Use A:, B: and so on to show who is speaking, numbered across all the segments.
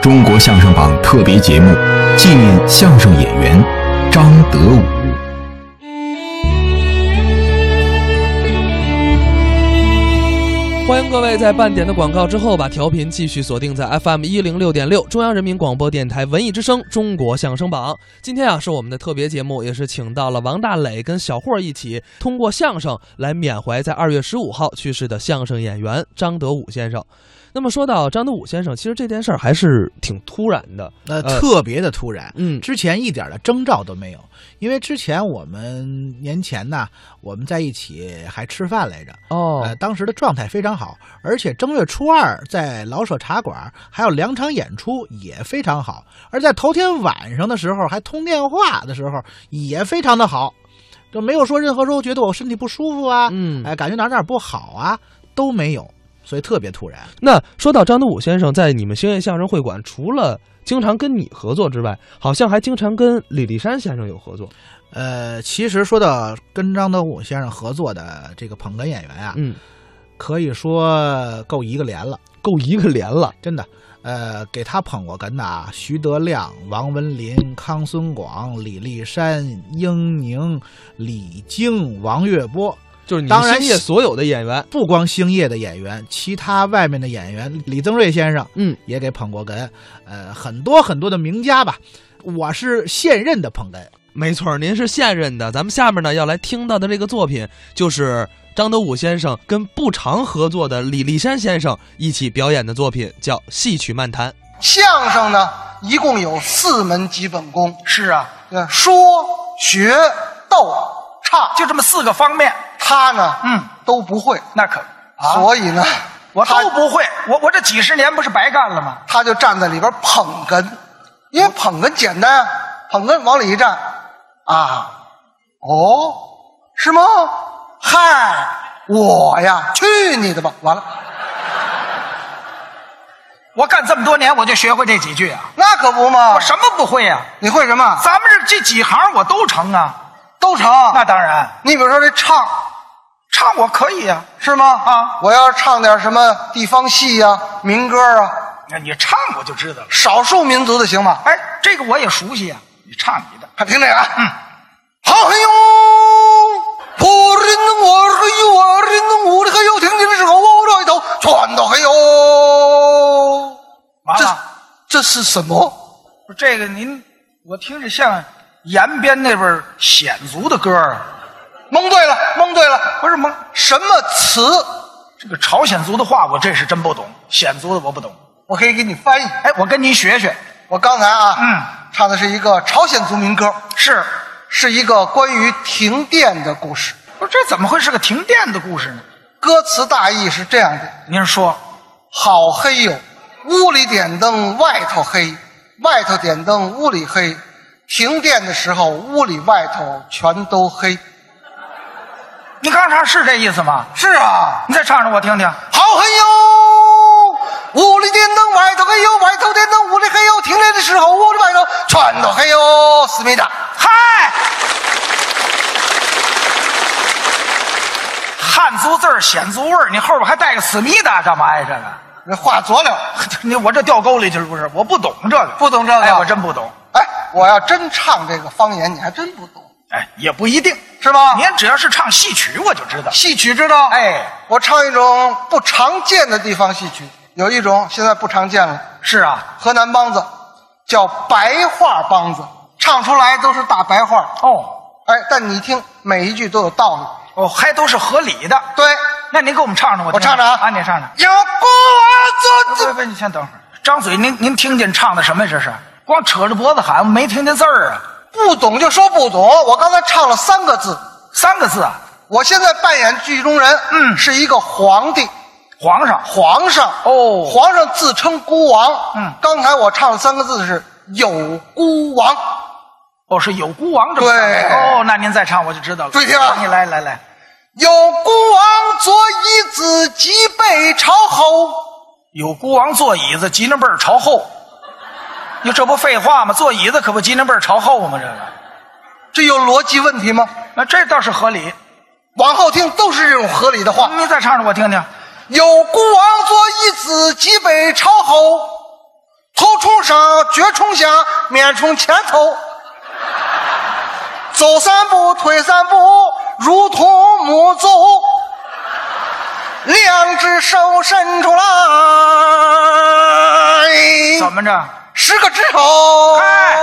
A: 中国相声榜特别节目，纪念相声演员张德武。
B: 欢迎各位在半点的广告之后，把调频继续锁定在 FM 一零六点六，中央人民广播电台文艺之声《中国相声榜》。今天啊，是我们的特别节目，也是请到了王大磊跟小霍一起，通过相声来缅怀在二月十五号去世的相声演员张德武先生。那么说到张德武先生，其实这件事儿还是挺突然的。
C: 呃，
B: 呃
C: 特别的突然，
B: 嗯
C: 之前一点的征兆都没有。因为之前我们年前呢，我们在一起还吃饭来着，
B: 哦
C: 呃，当时的状态非常好，而且正月初二在老舍茶馆还有两场演出也非常好，而在头天晚上的时候还通电话的时候也非常的好，就没有说任何时候觉得我身体不舒服啊，
B: 嗯
C: 哎，感觉哪哪不好啊，都没有，所以特别突然。
B: 那说到张德武先生，在你们星月相声会馆，除了经常跟你合作之外，好像还经常跟李立山先生有合作。
C: 呃，其实说到跟张德武先生合作的这个捧哏演员啊，
B: 嗯，
C: 可以说够一个连了，
B: 够一个连了。
C: 真的。呃，给他捧过哏的啊，徐德亮、王文林、康孙广、李立山、英宁、李菁、王月波，
B: 就是你
C: 当然
B: 星夜所有的演员，
C: 不光星夜的演员，其他外面的演员，李增瑞先生，
B: 嗯，
C: 也给捧过哏。呃，很多很多的名家吧，我是现任的捧哏。
B: 没错，您是现任的。咱们下面呢要来听到的这个作品，就是张德武先生跟不常合作的李立山先生一起表演的作品，叫《戏曲漫谈》。
D: 相声呢，一共有四门基本功，
E: 是啊，
D: 呃，说、学、逗、唱，
E: 就这么四个方面，
D: 他呢，
E: 嗯，
D: 都不会，
E: 那可
D: 所以呢，
E: 我
D: 他
E: 都不会，我我这几十年不是白干了吗？
D: 他就站在里边捧哏，因为捧哏简单啊，捧哏往里一站，啊，哦，是吗？嗨，我呀，去你的吧！完了，
E: 我干这么多年，我就学会这几句啊，
D: 那可不嘛
E: 我，什么不会啊？
D: 你会什么？
E: 咱们这这几行我都成啊，
D: 都成。
E: 那当然，
D: 你比如说这唱，
E: 唱我可以啊。
D: 是吗？
E: 啊
D: 我要是唱点什么地方戏呀、民歌啊，
E: 那你唱我就知道了。
D: 少数民族的行吗？
E: 哎，这个我也熟悉啊，你唱你的。
D: 看听这个啊，好嘿哟，破人能我嘿哟，我人能我的嘿哟，听见的时候我这一头全都嘿哟。
E: 完
D: 这
E: 了，
D: 这是什么？
E: 不是这个您，我听着像延边那边显族的歌啊，
D: 蒙对了，蒙对了，
E: 不是吗？
D: 什么词？
E: 这个朝鲜族的话，我这是真不懂，显族的我不懂。
D: 我可以给你翻译。
E: 哎，我跟您学学。
D: 我刚才啊，
E: 嗯，
D: 唱的是一个朝鲜族民歌，
E: 是，
D: 是一个关于停电的故事。
E: 不是这怎么会是个停电的故事呢？
D: 歌词大意是这样的：
E: 您说，
D: 好黑哟、屋里点灯，外头黑；外头点灯，屋里黑。停电的时候，屋里外头全都黑。
E: 您刚唱是这意思吗？
D: 是啊，
E: 你再唱唱我听听。
D: 好黑哟、屋里点灯，外头黑哟；外头点灯，屋里黑哟。停电的时候，屋里外头全都黑哟。思密达，
E: 嗨，汉族字儿显族味儿，你后边还带个思密达干嘛呀？这个，
D: 这 话佐料。
E: 你我这掉沟里去了不是？我不懂这个，
D: 不懂这个
E: 哎，我真不懂。
D: 哎，我要真唱这个方言，你还真不懂，
E: 哎，也不一定。
D: 是吗？
E: 您只要是唱戏曲，我就知道。
D: 戏曲知道？
E: 哎，
D: 我唱一种不常见的地方戏曲，有一种现在不常见了。
E: 是啊，
D: 河南梆子，叫白话梆子，唱出来都是大白话。
E: 哦
D: 哎，但你一听每一句都有道理。
E: 哦，还都是合理的。
D: 对，
E: 那您给我们唱唱，我
D: 我
E: 听
D: 唱唱啊
E: 啊，你唱唱。
D: 有过
E: 不不不，你先等会儿。张嘴，您您听见唱的什么呀？这是光扯着脖子喊，没听见字儿啊。
D: 不懂就说不懂。我刚才唱了三个字，
E: 三个字啊，
D: 我现在扮演剧中人，
E: 嗯
D: 是一个皇帝，
E: 皇上。
D: 皇上
E: 哦
D: 皇上自称孤王。
E: 嗯
D: 刚才我唱了三个字是有孤王，
E: 哦，是有孤王这么
D: 对
E: 哦，那您再唱我就知道了。
D: 注意听啊
E: 你来来来，
D: 有孤王左一子，即背朝后。
E: 有孤王坐椅子，吉林背儿朝后。你这不废话吗？坐椅子可不吉林背儿朝后吗？这个，
D: 这有逻辑问题吗？
E: 那这倒是合理。
D: 往后听都是这种合理的话。
E: 您再唱唱我听听。
D: 有孤王作一子，即北朝侯。头出上脚冲下，面冲前头，走三步退三步，如同母猪，两只手伸出来，
E: 怎么着？
D: 十个指头。
E: 哎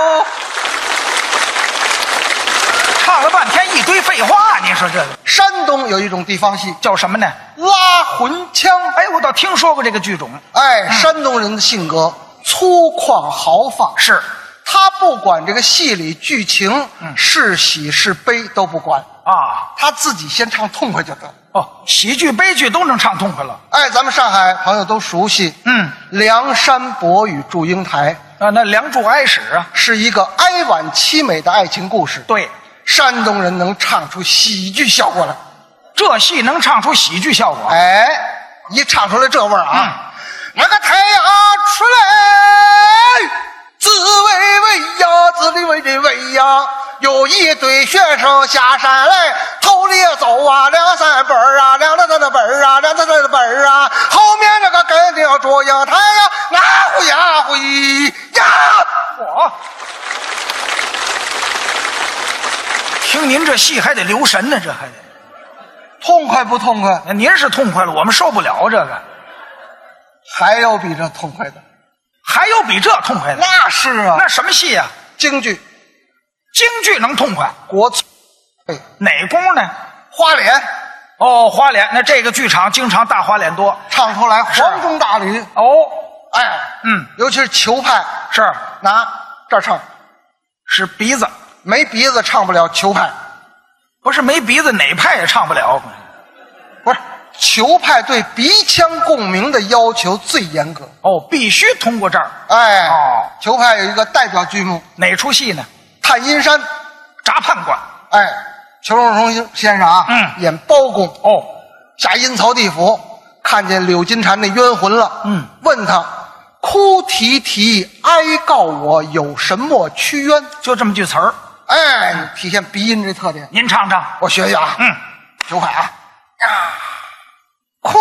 E: 唱了半天一堆废话，你说这个
D: 山东有一种地方戏
E: 叫什么呢？
D: 拉魂腔，
E: 哎，我倒嗯听说过这个剧种，
D: 哎，山东人的性格粗犷豪放，
E: 是
D: 他不管这个戏里剧情、
E: 嗯
D: 是喜是悲都不管，
E: 啊，
D: 他自己先唱痛快就得。
E: 哦，喜剧、悲剧都能唱痛快了。
D: 哎，咱们上海朋友都熟悉，
E: 嗯，
D: 梁山伯与祝英台
E: 啊，那《梁祝哀史》啊，
D: 是一个哀婉凄美的爱情故事，
E: 对，
D: 山东人能唱出喜剧效果来。
E: 这戏能唱出喜剧效果。
D: 哎，一唱出来这味儿啊，那个太阳出来，紫薇薇呀，紫薇薇的薇呀，有一堆学生下山来，头里也走啊，两三本儿啊，两三三的本儿啊，两三三的本儿啊，后面那个跟着中央台呀，啊呼呀呼咿呀，
E: 我听您这戏还得留神呢，这还得。
D: 痛快不痛快？
E: 您是痛快了，我们受不了这个。
D: 还有比这痛快的？
E: 还有比这痛快的？
D: 那是啊
E: 那，什么戏呀、
D: 京剧
E: 京剧能痛快？
D: 国粹，哎，
E: 哪宫呢？
D: 花脸
E: 哦，花脸。那这个剧场经常大花脸多。
D: 唱出来
E: 是啊
D: 黄钟大吕。
E: 哦，
D: 哎，
E: 嗯，
D: 尤其是球派，
E: 是
D: 拿这儿唱，
E: 是鼻子，
D: 没鼻子唱不了球派，
E: 不是没鼻子哪派也唱不了。
D: 不是球派对鼻腔共鸣的要求最严格。
E: 哦，必须通过这儿。
D: 哎，
E: 哦
D: 球派有一个代表剧目
E: 哪出戏呢？
D: 《探阴山》，
E: 铡判官。
D: 哎，裘荣荣先生啊，
E: 嗯
D: 演包公
E: 哦，
D: 下阴曹地府，看见柳金蝉那冤魂了，
E: 嗯，
D: 问他哭啼啼哀告我有什么屈冤？
E: 就这么句词儿，
D: 哎，体现鼻音这特点，
E: 您唱唱。
D: 我学学啊，
E: 嗯，
D: 球派啊。哭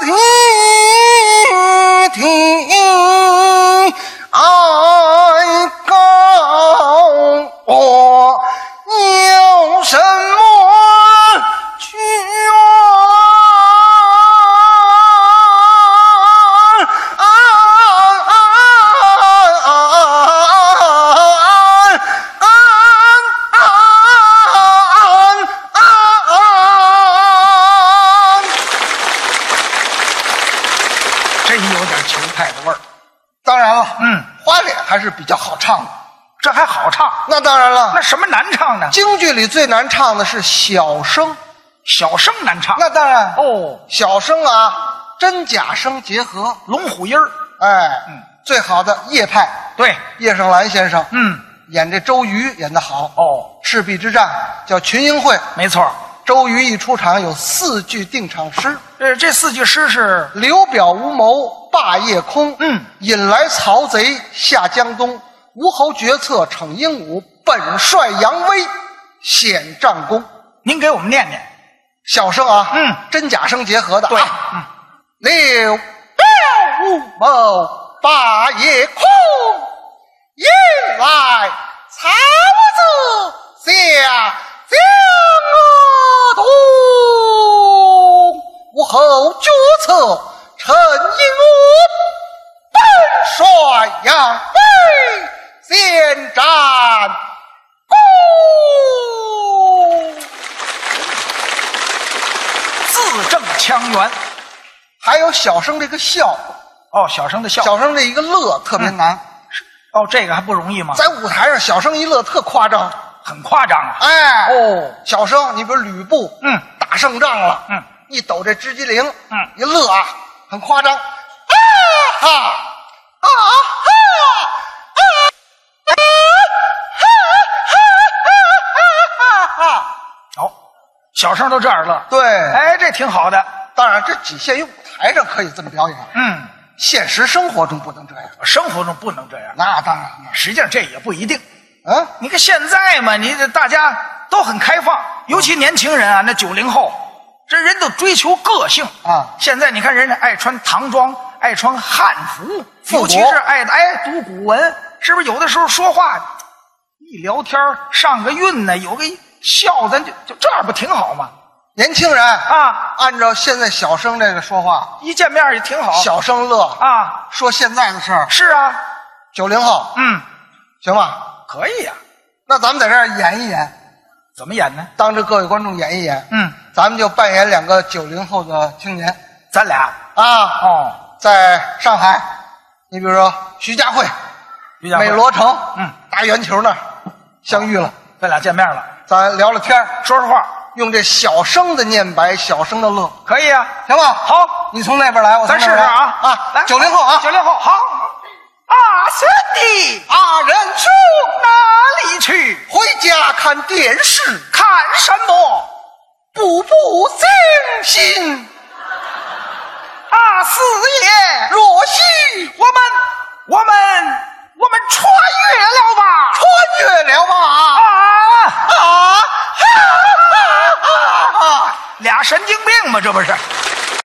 D: 啼啼哀告我有什么屈冤？啊啊啊啊啊啊！
E: 真有点球派的味儿。
D: 当然了，
E: 嗯，
D: 花脸还是比较好唱的。
E: 这还好唱，
D: 那当然了
E: 那，什么难唱呢？
D: 京剧里最难唱的是小生。
E: 小生难唱。
D: 那当然，
E: 哦，
D: 小生啊，真假声结合，
E: 龙虎音儿，
D: 哎，
E: 嗯
D: 最好的叶派，
E: 对，
D: 叶盛兰先生，
E: 嗯，
D: 演这周瑜演得好。
E: 哦，
D: 赤壁之战叫群英会，
E: 没错儿。
D: 周瑜一出场有四句定场诗：
E: 这这四句诗是
D: 刘表无谋霸夜空，
E: 嗯，
D: 引来曹贼下江东，吴侯决策逞英武，本帅扬威显战功。
E: 您给我们念念。
D: 小生啊，
E: 嗯
D: 真假声结合的，
E: 对，
D: 啊
E: 嗯，
D: 刘表无谋霸夜空，引来曹子下江东。武侯决策陈英武，本帅扬威，先战功。
E: 字正腔圆。
D: 还有小生这个笑，
E: 哦，小生的笑。嗯
D: 小生这一个乐特别难。
E: 哦，这个还不容易吗？
D: 在舞台上，小生一乐特夸张，
E: 很夸张啊。
D: 哎，
E: 哦，
D: 小生，你比如吕布，
E: 嗯
D: 打胜仗了，
E: 嗯，
D: 一抖这织机灵，
E: 嗯
D: 一乐啊，很夸张，啊哈，啊哈，啊哈，啊哈，啊哈，啊哈，
E: 哦，小生都这样了。
D: 对，
E: 哎，这挺好的。
D: 当然这仅限于舞台上可以这么表演，
E: 嗯，
D: 现实生活中不能这样，
E: 生活中不能这样。
D: 那当然了，
E: 啊实际上这也不一定。
D: 嗯，
E: 你看现在嘛，你这大家都很开放，尤其年轻人啊，那九零后，这人都追求个性
D: 啊
E: 现在你看人家爱穿唐装，爱穿汉服，
D: 复
E: 尤
D: 古
E: 其是爱哎读古文，是不是有的时候说话一聊天儿上个韵呢，有个笑，咱就就这样不挺好吗？
D: 年轻人
E: 啊，
D: 按照现在小生这个说话，
E: 一见面儿也挺好。
D: 小生乐
E: 哦啊，
D: 说现在的事儿，
E: 是啊，
D: 九零后
E: 嗯，
D: 行吧？
E: 可以呀、啊
D: 那咱们在这儿演一演，
E: 怎么演呢？
D: 当着各位观众演一演，
E: 嗯，
D: 咱们就扮演两个九零后的青年
E: 咱俩
D: 啊，
E: 哦，
D: 在上海，你比如说徐家汇、
E: 于家辉
D: 美罗，城，
E: 嗯，
D: 大圆球那儿相遇了，
E: 咱俩见面了，
D: 咱聊聊天儿
E: 说说话，
D: 用这小生的念白，小生的乐，
E: 可以呀、啊
D: 行吧？
E: 好，
D: 你从那边来，我从
E: 咱
D: 那
E: 试试
D: 边来
E: 啊
D: 啊！
E: 来
D: 九零后啊，
E: 九零后好。啊，兄弟，
D: 二人
E: 出哪里去？
D: 回家看电视，
E: 看什么？
D: 步步惊心。
E: 啊，四爷，
D: 若曦
E: 我们，我们，我们穿越了吧？
D: 穿越了吧？
E: 啊！
D: 啊！
E: 俩神经病吧，这不是？